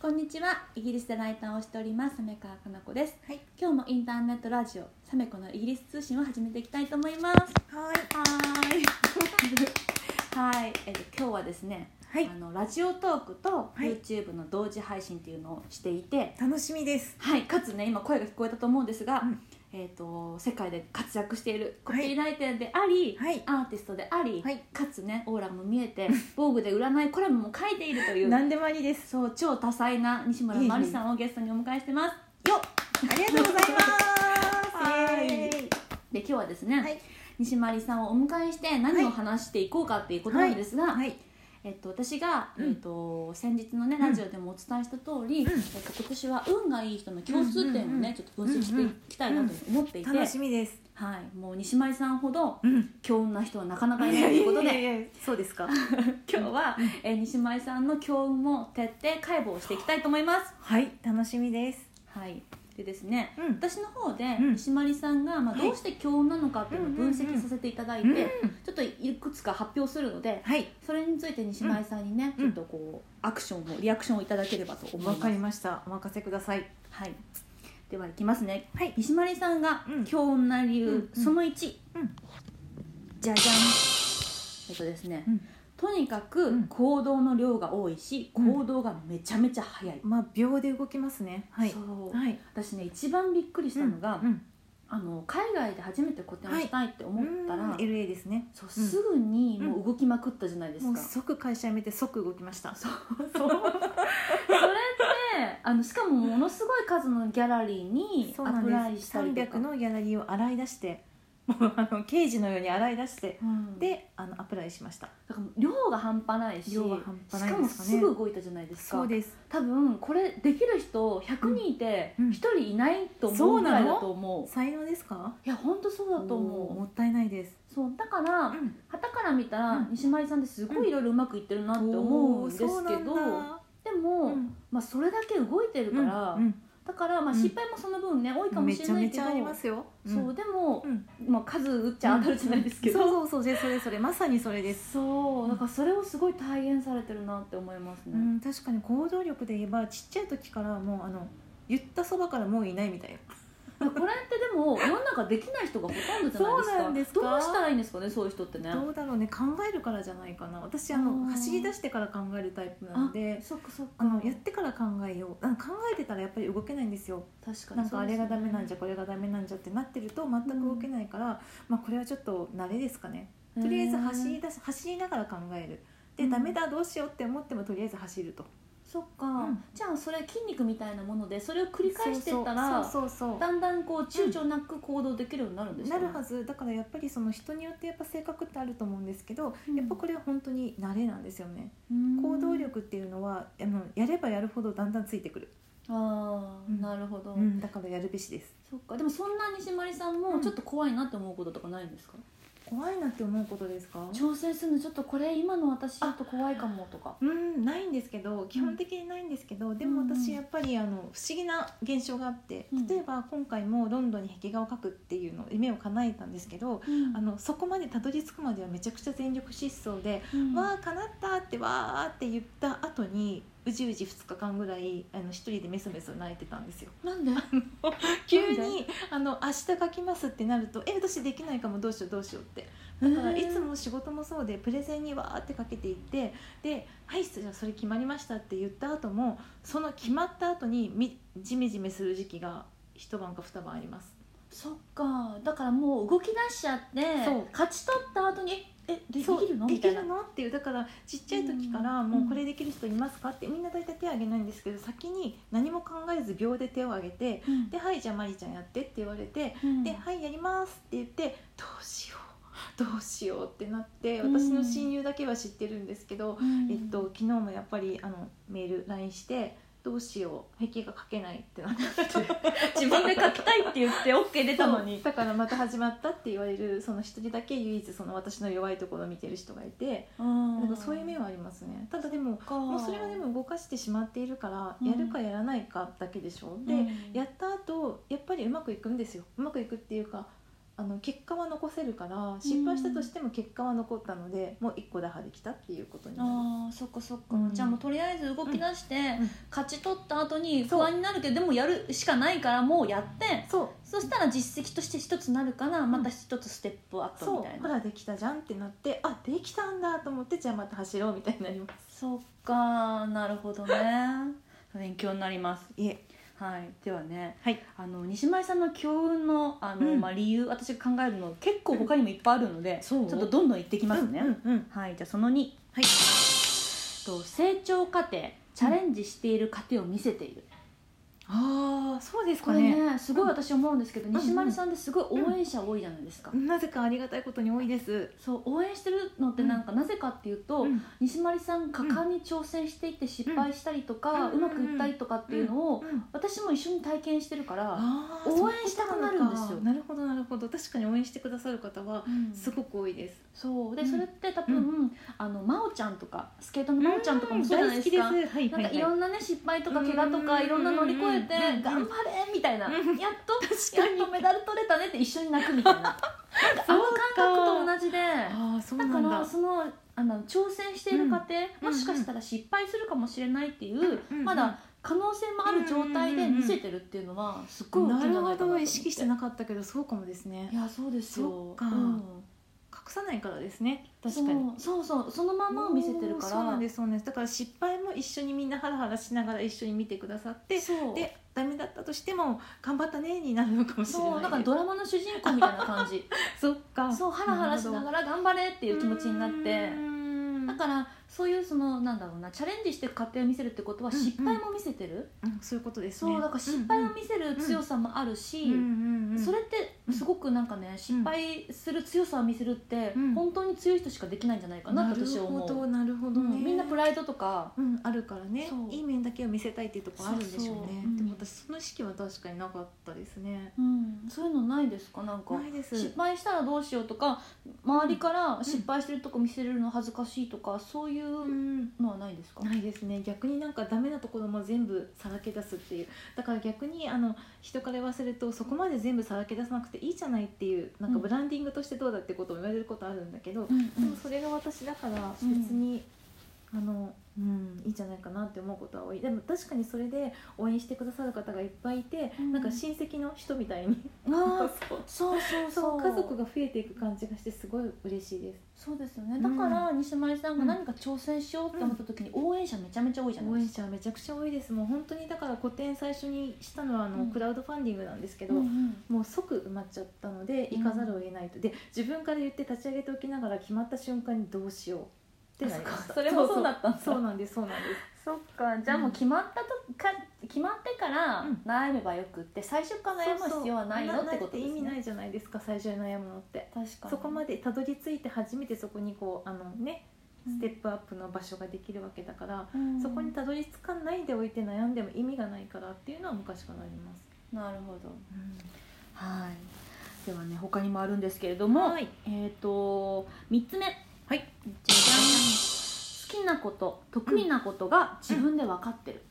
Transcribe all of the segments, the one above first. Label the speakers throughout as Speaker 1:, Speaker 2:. Speaker 1: こんにちはイギリスでライターをしております鮫川かな子です
Speaker 2: はい、
Speaker 1: 今日もインターネットラジオサメコのイギリス通信を始めていきたいと思います
Speaker 2: は
Speaker 1: はいはい、えっと、今日はですね、
Speaker 2: い、
Speaker 1: あのラジオトークと
Speaker 2: い
Speaker 1: YouTube の同時配信っていうのをしていて、
Speaker 2: 楽しみです。
Speaker 1: はい、かつね今声が聞こえたと思うんですが、
Speaker 2: うん
Speaker 1: えー、と世界で活躍しているコ
Speaker 2: はい
Speaker 1: ピーライターであり、
Speaker 2: はい
Speaker 1: アーティストであり、
Speaker 2: はい
Speaker 1: かつねオーラも見え て「防具で占いコラムも書いているという
Speaker 2: 何でもありです。
Speaker 1: そう超多彩な西村真理さんをゲストにお迎えしてます。よっ
Speaker 2: ありがとうございます。
Speaker 1: はい
Speaker 2: イエーイ
Speaker 1: で今日はですね、
Speaker 2: はい
Speaker 1: 西真理さんをお迎えして何を話していこうかっていうことなんですが、
Speaker 2: はい、
Speaker 1: えっと、私が、
Speaker 2: うん
Speaker 1: えっと、先日のねラジオでもお伝えした通り、
Speaker 2: うん
Speaker 1: えっと今年は運がいい人の共通点をね、
Speaker 2: うんうんうん
Speaker 1: ちょっと分析していきたいなと思っていて、
Speaker 2: 楽しみです。
Speaker 1: はい、もう西舞さんほど
Speaker 2: うん。
Speaker 1: 強運な人はなかなかいないということで
Speaker 2: で、そうですか。
Speaker 1: 今日は、えー西舞さんの強運も徹底解剖していきたいと思います。
Speaker 2: はい、楽しみです。
Speaker 1: はい、でですね
Speaker 2: うん
Speaker 1: 私の方で
Speaker 2: うん
Speaker 1: 西舞さんが、まあ、
Speaker 2: はい
Speaker 1: どうして強運なのかっていうのを分析させていただいて、
Speaker 2: うん
Speaker 1: ちょっといくつか発表するので
Speaker 2: はい、
Speaker 1: それについて西舞さんにね、
Speaker 2: うん
Speaker 1: ちょっとこうアクションをリアクションをいただければと思いま
Speaker 2: わ
Speaker 1: す。
Speaker 2: かりました。お任せください。
Speaker 1: はい、ではいきますね
Speaker 2: はい。
Speaker 1: 西丸さんが
Speaker 2: うん
Speaker 1: 強運な理由、
Speaker 2: うん
Speaker 1: その1、
Speaker 2: うん
Speaker 1: じゃじゃんえっとですね、
Speaker 2: うん
Speaker 1: とにか
Speaker 2: う
Speaker 1: く
Speaker 2: ん
Speaker 1: 行動の量が多いし、
Speaker 2: うん
Speaker 1: 行動がめちゃめちゃ早い、
Speaker 2: まあ、秒で動きますね。はい
Speaker 1: そ。う
Speaker 2: はい。
Speaker 1: 私ね一番びっくりしたのが、
Speaker 2: うん
Speaker 1: あの海外で初めて個展をしたいって
Speaker 2: う
Speaker 1: 思
Speaker 2: ん。
Speaker 1: ったら、
Speaker 2: LA ですね。
Speaker 1: そうすぐにもう動きまくったじゃないですか、
Speaker 2: もう即会社辞めて即動きました。
Speaker 1: そうそうそれってあのしかもものすごい数のギャラリーに
Speaker 2: そうな
Speaker 1: アプラ
Speaker 2: ん
Speaker 1: イ
Speaker 2: で
Speaker 1: し
Speaker 2: す。
Speaker 1: たり
Speaker 2: 300
Speaker 1: とか
Speaker 2: のギャラリーを洗い出して、もうあの刑事のように洗い出して、
Speaker 1: うん
Speaker 2: で、あのアプライしました。
Speaker 1: だから量が半端ないし
Speaker 2: 量が半端ない
Speaker 1: しかも
Speaker 2: ですかね
Speaker 1: すぐ動いたじゃないですか
Speaker 2: そうです。
Speaker 1: 多分これできる人100人いて
Speaker 2: うん
Speaker 1: 1人いないと思うぐらい
Speaker 2: そうな
Speaker 1: だ
Speaker 2: の
Speaker 1: と思う,、
Speaker 2: 才能ですか
Speaker 1: いや本当そうだと
Speaker 2: おー
Speaker 1: 思
Speaker 2: もったいないです
Speaker 1: うそうだから、
Speaker 2: ん
Speaker 1: 旗から見たら、
Speaker 2: うん
Speaker 1: 西舞さんってすごいいろいろうまくいってるなって思うんですけど、
Speaker 2: おーそうなんだ
Speaker 1: でも、まあ、それだけ動いてるから、
Speaker 2: うん
Speaker 1: だからまあ
Speaker 2: うん
Speaker 1: 失敗もその分ね、多いかも
Speaker 2: め
Speaker 1: しれ
Speaker 2: ちゃ
Speaker 1: な
Speaker 2: め
Speaker 1: いけ
Speaker 2: ち
Speaker 1: ど
Speaker 2: ゃありますよ
Speaker 1: そうでも、
Speaker 2: うん
Speaker 1: まあ、数打っちゃ当たるじゃないですけど、
Speaker 2: そうそうそうそれそれそれまさにそれです
Speaker 1: そうだからそれをすごい体現されてるなって思いますね、
Speaker 2: うん確かに行動力で言えばちっちゃい時からもうあの言ったそばからもういないみたい
Speaker 1: いやこれってでも世の中できない人がほとんどじゃないですか
Speaker 2: そうなんですか
Speaker 1: どうしたらいいんですかねそういう人ってね
Speaker 2: などうだろうね考えるからじゃないかな私
Speaker 1: あ
Speaker 2: あの
Speaker 1: ー
Speaker 2: 走り出してから考えるタイプなので
Speaker 1: そっかそっか
Speaker 2: あのやってから考えようあの考えてたらやっぱり動けないんですよ
Speaker 1: 確かに
Speaker 2: なんかあれがダメなんじ
Speaker 1: ゃ
Speaker 2: ゃこれがダメなんじゃってなってると全く動けないから、まあこれはちょっと慣れですかねとりあえず走り出す走りながら考えるで、
Speaker 1: うん
Speaker 2: ダメだどうしようって思ってもとりあえず走ると
Speaker 1: そっか、
Speaker 2: ん
Speaker 1: じゃあそれ筋肉みたいなものでそれを繰り返してったら
Speaker 2: そうそうそうそう
Speaker 1: だんだんこう躊躇なく行動できるようになるんです
Speaker 2: な
Speaker 1: かね、
Speaker 2: るはずだからやっぱりその人によってやっぱ性格ってあると思うんですけど、
Speaker 1: うん
Speaker 2: やっぱこれは本当に慣れなんですよね、
Speaker 1: うん
Speaker 2: 行動力っていうのはあのやればやるほどだんだんついてくる、
Speaker 1: ああ、
Speaker 2: うん
Speaker 1: なるほど、
Speaker 2: うんだからやるべしです
Speaker 1: そっかでもそんな西丸さん
Speaker 2: う
Speaker 1: も
Speaker 2: ん
Speaker 1: ちょっと怖いなって思うこととかないんですか、
Speaker 2: 怖いなって思うことですか
Speaker 1: 挑戦するのちょっとこれ今の私ちょっと怖いかもとか
Speaker 2: うんないんですけど基本的にないんですけど、でも
Speaker 1: うんうん
Speaker 2: 私やっぱりあの不思議な現象があって、
Speaker 1: うん
Speaker 2: 例えば今回もロンドンに壁画を描くっていうの夢を叶えたんですけど、あのそこまでたどり着くまではめちゃくちゃ全力疾走で
Speaker 1: う
Speaker 2: 「
Speaker 1: ん
Speaker 2: わあ叶った!」ってわーって言った後にうじうじ2日間ぐらいあの一人でメソメソ泣いてたんですよ。
Speaker 1: なんで
Speaker 2: 急にあの明日書きますってなると「え私できないかもどうしようどうしよう」ってだからいつも仕事もそうでプレゼンにわーってかけていってで「はいじゃあそれ決まりました」って言った後もその決まった後にみじめじめする時期が一晩か二晩あります。
Speaker 1: そっかだからもう動き出しちゃって
Speaker 2: そう
Speaker 1: 勝ち取った後にええでで
Speaker 2: そう
Speaker 1: きるの
Speaker 2: で
Speaker 1: み
Speaker 2: き
Speaker 1: たいな
Speaker 2: るのっていうだからちっちゃい時から
Speaker 1: うん
Speaker 2: もうこれできる人いますかってみんな大体手を挙げないんですけど先に何も考えず秒で手を挙げて
Speaker 1: うん
Speaker 2: 「ではいじゃあまりちゃんやって」って言われて
Speaker 1: うん
Speaker 2: 「ではいやります」って言って「どうしようどうしよう」ってなって
Speaker 1: うん
Speaker 2: 私の親友だけは知ってるんですけど、
Speaker 1: うん
Speaker 2: えっと、昨日もやっぱりあのメール LINE して「どうしよう壁が描けない」ってな って
Speaker 1: 自分で書きたいって言って OK 出たのに
Speaker 2: だからまた始まったって言われるその一人だけ唯一その私の弱いところを見てる人がいて。なんかそういう面
Speaker 1: は
Speaker 2: はありますねただでも
Speaker 1: も
Speaker 2: もうそれはでも動かしてしまっているから、
Speaker 1: うん
Speaker 2: やるかやらないかだけでしょで、やった後やっぱりうまくいくんですようまくいくっていうかああの結果は残せるから失敗したとしても結果は残ったので、もう一個打破できたっていうことになる
Speaker 1: あーそっかそっか、
Speaker 2: うん
Speaker 1: じゃあもうとりあえず動き出して、
Speaker 2: ん
Speaker 1: 勝ち取った後に
Speaker 2: そう
Speaker 1: 不安になるけどでもやるしかないからもうやって
Speaker 2: そう
Speaker 1: そしたら実績として一つなるからまた一つステップアップ
Speaker 2: そ
Speaker 1: み
Speaker 2: う
Speaker 1: たい
Speaker 2: ほ
Speaker 1: な、
Speaker 2: らできたじゃんってなってあできたんだと思ってじゃあまた走ろうみたいになります
Speaker 1: そっかなるほどね 勉強になります
Speaker 2: いえ
Speaker 1: はいではね
Speaker 2: はい
Speaker 1: あの西前さんの強運のあの、
Speaker 2: うん
Speaker 1: まあ、理由私が考えるの結構他にもいっぱいあるので、ち
Speaker 2: そ
Speaker 1: ょ
Speaker 2: う
Speaker 1: っとどんどんいってきますね、
Speaker 2: うんうん
Speaker 1: はいじゃあその2はいと成長過程チャレンジしている過程を見せている、
Speaker 2: ああそうです
Speaker 1: こ
Speaker 2: か
Speaker 1: れ
Speaker 2: ね
Speaker 1: ねすごい私思うんですけど、
Speaker 2: ん
Speaker 1: 西丸さんってすごい応援者多いじゃないですか、
Speaker 2: なぜかありがたいことに多いです、
Speaker 1: そう応援してるのってなんか、なぜかっていうと、
Speaker 2: うん
Speaker 1: 西丸さんが果敢に挑戦していって失敗したりとか、
Speaker 2: う
Speaker 1: うんまくいったりとかっていうのを、私も一緒に体験してるから、
Speaker 2: あー
Speaker 1: 応援したくなるんですよ
Speaker 2: そういうことなのかなるほどなるほど確かに応援してくださる方はす
Speaker 1: そ
Speaker 2: ごく多いです、
Speaker 1: うで、
Speaker 2: うん
Speaker 1: それって多分、あの真央ちゃんとかスケートの真央ちゃんとかもそうじゃない
Speaker 2: 大
Speaker 1: で
Speaker 2: 好き
Speaker 1: す
Speaker 2: です
Speaker 1: か、
Speaker 2: はいはい
Speaker 1: なんかいろんなね失敗とか
Speaker 2: うん
Speaker 1: 怪我とかいろんな乗り越えて
Speaker 2: うん
Speaker 1: 頑張れみたいなやっ
Speaker 2: うん
Speaker 1: と
Speaker 2: 確か
Speaker 1: や
Speaker 2: に
Speaker 1: っとメダル取れたねって一緒に泣くみたいな なんかあの感覚と同じで
Speaker 2: ああそうな
Speaker 1: だ
Speaker 2: ん
Speaker 1: か
Speaker 2: だ
Speaker 1: らそのあの挑戦している過程
Speaker 2: うん
Speaker 1: もしかしたら失敗するかもしれないっていう
Speaker 2: うんうん
Speaker 1: まだ可能性もある状態で見せてるっていうのはすっごい大きいんじゃないかなと思っ
Speaker 2: るほど
Speaker 1: て
Speaker 2: 意識してなかったけどそうかもですね
Speaker 1: いやそうです
Speaker 2: そ
Speaker 1: よ
Speaker 2: っか
Speaker 1: うん
Speaker 2: 隠さないからですね確かに
Speaker 1: そうそうそうそのままを見せてるから
Speaker 2: そうなんですそうなんですだから失敗も一緒にみんなハラハラしながら一緒に見てくださって
Speaker 1: そう
Speaker 2: でダメだったとしても頑張ったねになるのかもしれない
Speaker 1: そうなんかドラマの主人公みたいな感じ
Speaker 2: そっ か
Speaker 1: そうハラハラしながら頑張れっていう気持ちになってだ
Speaker 2: だか
Speaker 1: からそういうそのなんだろうなチャレンジしていく過程を見せるってことは
Speaker 2: うんうん
Speaker 1: 失敗も見せてる、
Speaker 2: ら、うんそういうことですね
Speaker 1: そうだから失敗を見せる強さもあるし、
Speaker 2: うんうんうん
Speaker 1: それってすごくなんかね、失敗する強さを見せるって、
Speaker 2: うん
Speaker 1: 本当に強い人しかできないんじゃないかな
Speaker 2: な
Speaker 1: って
Speaker 2: る
Speaker 1: 私は思
Speaker 2: ほ
Speaker 1: う
Speaker 2: どなるほど
Speaker 1: う
Speaker 2: ね、
Speaker 1: んみんなプライドとか
Speaker 2: うん、あるからね
Speaker 1: そう
Speaker 2: いい面だけを見せたいっていうところあるんでしょう
Speaker 1: そうそう
Speaker 2: ね
Speaker 1: うん
Speaker 2: でも私その意識は確かになかったですね
Speaker 1: うん、そういうのないですかなんか
Speaker 2: ないです
Speaker 1: 失敗したらどうしようとか周りから失敗してるとこ見せるの恥ずかしいとかそういううんのはないですか、
Speaker 2: ないですね逆になんかダメなところも全部さらけ出すっていうだから逆にあの人から言わせるとそこまで全部さらけ出さなくていいじゃないっていうなんか
Speaker 1: うん
Speaker 2: ブランディングとしてどうだってことを言われることあるんだけど、
Speaker 1: うんう
Speaker 2: でも
Speaker 1: ん
Speaker 2: それが私だから別
Speaker 1: うん
Speaker 2: に、あのうんいいんじゃないかなって思うことは多いでも確かにそれで応援してくださる方がいっぱいいて、
Speaker 1: うん
Speaker 2: なんか親戚の人みたいに、
Speaker 1: あー
Speaker 2: そう
Speaker 1: そうそう
Speaker 2: そ
Speaker 1: そうう
Speaker 2: 家族が増えていく感じがしてすごい嬉しいです
Speaker 1: そうですよね
Speaker 2: うん
Speaker 1: だから西前さんが何か挑戦しようって思った時に応援者めちゃめちゃ多いじゃな
Speaker 2: 応
Speaker 1: いで
Speaker 2: 援
Speaker 1: すか
Speaker 2: 者めちゃくちゃ多いですもう本当にだから個展最初にしたのはあの、
Speaker 1: うん
Speaker 2: クラウドファンディングなんですけど、
Speaker 1: うんうん
Speaker 2: もう即埋まっちゃったので
Speaker 1: うん
Speaker 2: 行かざるを得ないと、で自分から言って立ち上げておきながら決まった瞬間にどうしようってなりまし
Speaker 1: あそったかそれもそうだったんだ
Speaker 2: そうなんですそうなんです
Speaker 1: そっかじゃあもう決まったとか決まってから
Speaker 2: うん
Speaker 1: 悩めばよくって最初から悩む必要はないよってことで
Speaker 2: そうそうな
Speaker 1: す
Speaker 2: 意味な
Speaker 1: ね
Speaker 2: いじゃないですか最初に悩むのって
Speaker 1: 確かに
Speaker 2: そこまでたどり着いて初めてそこにこうあのねステップアップの場所ができるわけだから、
Speaker 1: うん
Speaker 2: そこにたどり着かないでおいて悩んでも意味がないからっていうのは昔からあります、
Speaker 1: なるほどはいではね他にもあるんですけれども、
Speaker 2: はい
Speaker 1: えっ、と3つ目
Speaker 2: は
Speaker 1: じゃじ
Speaker 2: い
Speaker 1: ゃん好きなこと得意なことが自分で分かってる、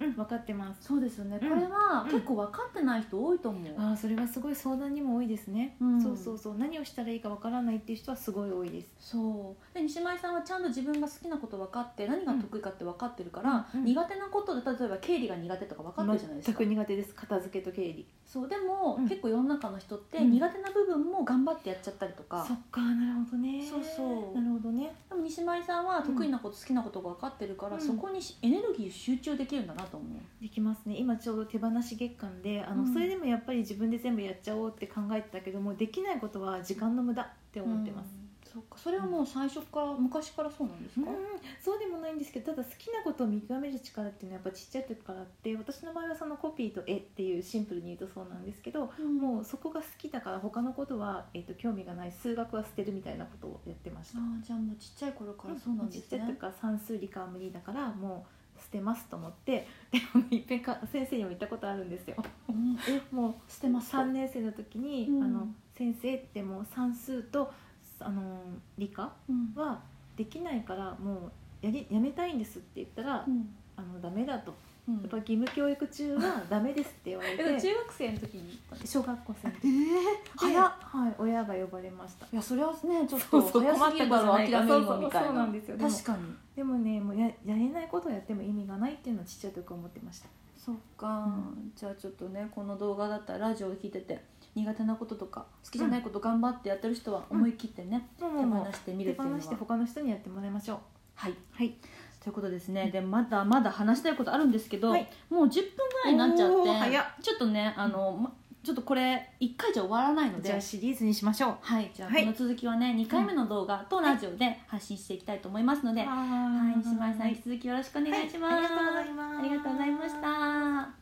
Speaker 2: うん、分かってます
Speaker 1: そうですよね、
Speaker 2: うん
Speaker 1: これは
Speaker 2: うん
Speaker 1: 結構分かってない人多いと思う、
Speaker 2: ああそれはすごい相談にも多いですね、
Speaker 1: うん
Speaker 2: そうそうそう何をしたらいいかわからないっていう人はすごい多いです
Speaker 1: そうで西前さんはちゃんと自分が好きなこと分かって何が得意かって分かってるから、
Speaker 2: うんうん
Speaker 1: 苦手なことで例えば経理が苦手とか分かってるじゃないです
Speaker 2: 全
Speaker 1: か
Speaker 2: く苦手です片付けと経理
Speaker 1: そうでも、
Speaker 2: うん
Speaker 1: 結構世の中の人って
Speaker 2: うん
Speaker 1: 苦手な部分も頑張ってやっちゃったりとか、
Speaker 2: っかなるほどね
Speaker 1: そうそう
Speaker 2: なるほどね
Speaker 1: でも西前さんは得意なこと、好きなことが分かってるから、
Speaker 2: うん
Speaker 1: そこにエネルギー集中できるんだなと思う
Speaker 2: できますね今ちょうど手放し月間であの、
Speaker 1: うん
Speaker 2: それでもやっぱり自分で全部やっちゃおうって考えてたけどもうできないことは時間の無駄って思ってます、
Speaker 1: うんそっかそれはもう最初から、昔からそうなんです
Speaker 2: うん
Speaker 1: か、
Speaker 2: そうでもないんですけどただ好きなことを見極める力っていうのはやっぱちっちゃい時からあって私の場合はそのコピーと絵っていうシンプルに言うとそうなんですけどもうそこが好きだから他のことは、えっと興味がない数学は捨てるみたいなことをやってました、
Speaker 1: ああじゃあもうちっちゃい頃からそうなんです
Speaker 2: ちっちゃい時
Speaker 1: ね、
Speaker 2: から算数理科は無理だからもう捨てますと思 ってでもいっぺんか先生にも言ったことあるんですよ
Speaker 1: うん、え
Speaker 2: もう
Speaker 1: 捨てますと
Speaker 2: 3年生の時に、
Speaker 1: うん
Speaker 2: あの先生ってもう算数とあの理科
Speaker 1: うん
Speaker 2: はできないからもうやりやめたいんですって言ったら、
Speaker 1: うん
Speaker 2: あのダメだと
Speaker 1: うん
Speaker 2: やっぱ義務教育中はダメですって言わ れ
Speaker 1: えでも
Speaker 2: て
Speaker 1: 中学生の時に
Speaker 2: 小学校生の時
Speaker 1: ええ
Speaker 2: で
Speaker 1: 早っ
Speaker 2: はい親が呼ばれました
Speaker 1: いやそれはねちょっ
Speaker 2: そ
Speaker 1: と
Speaker 2: うそう
Speaker 1: 早すぎるだろ
Speaker 2: 困
Speaker 1: 諦
Speaker 2: っ
Speaker 1: め
Speaker 2: た
Speaker 1: る
Speaker 2: んじゃないか
Speaker 1: のみたい
Speaker 2: そうそうそ
Speaker 1: な
Speaker 2: うなんですよでも
Speaker 1: 確かに
Speaker 2: でもねもうややれないことをやっても意味がないっていうのはちっちゃい時から思ってました
Speaker 1: そっか、じゃあちょっとねこの動画だったらラジオを聞いてて苦手なこととか好きじゃないこと頑張ってやってる人は思い切ってね、
Speaker 2: もう
Speaker 1: 手
Speaker 2: も
Speaker 1: 放
Speaker 2: う
Speaker 1: してみる
Speaker 2: 手
Speaker 1: って
Speaker 2: 放
Speaker 1: いうのは
Speaker 2: して他の人にやってもらいましょう
Speaker 1: はい
Speaker 2: はい
Speaker 1: ということですね、でまだまだ話したいことあるんですけど、
Speaker 2: はい
Speaker 1: もう10分ぐらいになっちゃ
Speaker 2: おー早っ
Speaker 1: ってちょっとねあの、まちょっとこれ1回じゃ終わらないの
Speaker 2: じゃあ
Speaker 1: で
Speaker 2: シリーズにしましょう
Speaker 1: はいじゃあ
Speaker 2: は
Speaker 1: こ
Speaker 2: い
Speaker 1: の続きはね、2回目の動画とラジオで発信していきたいと思いますので、はい
Speaker 2: は
Speaker 1: 西前さん引き続きよろしくお願いします、
Speaker 2: はいありがとうございます
Speaker 1: ありがとうございました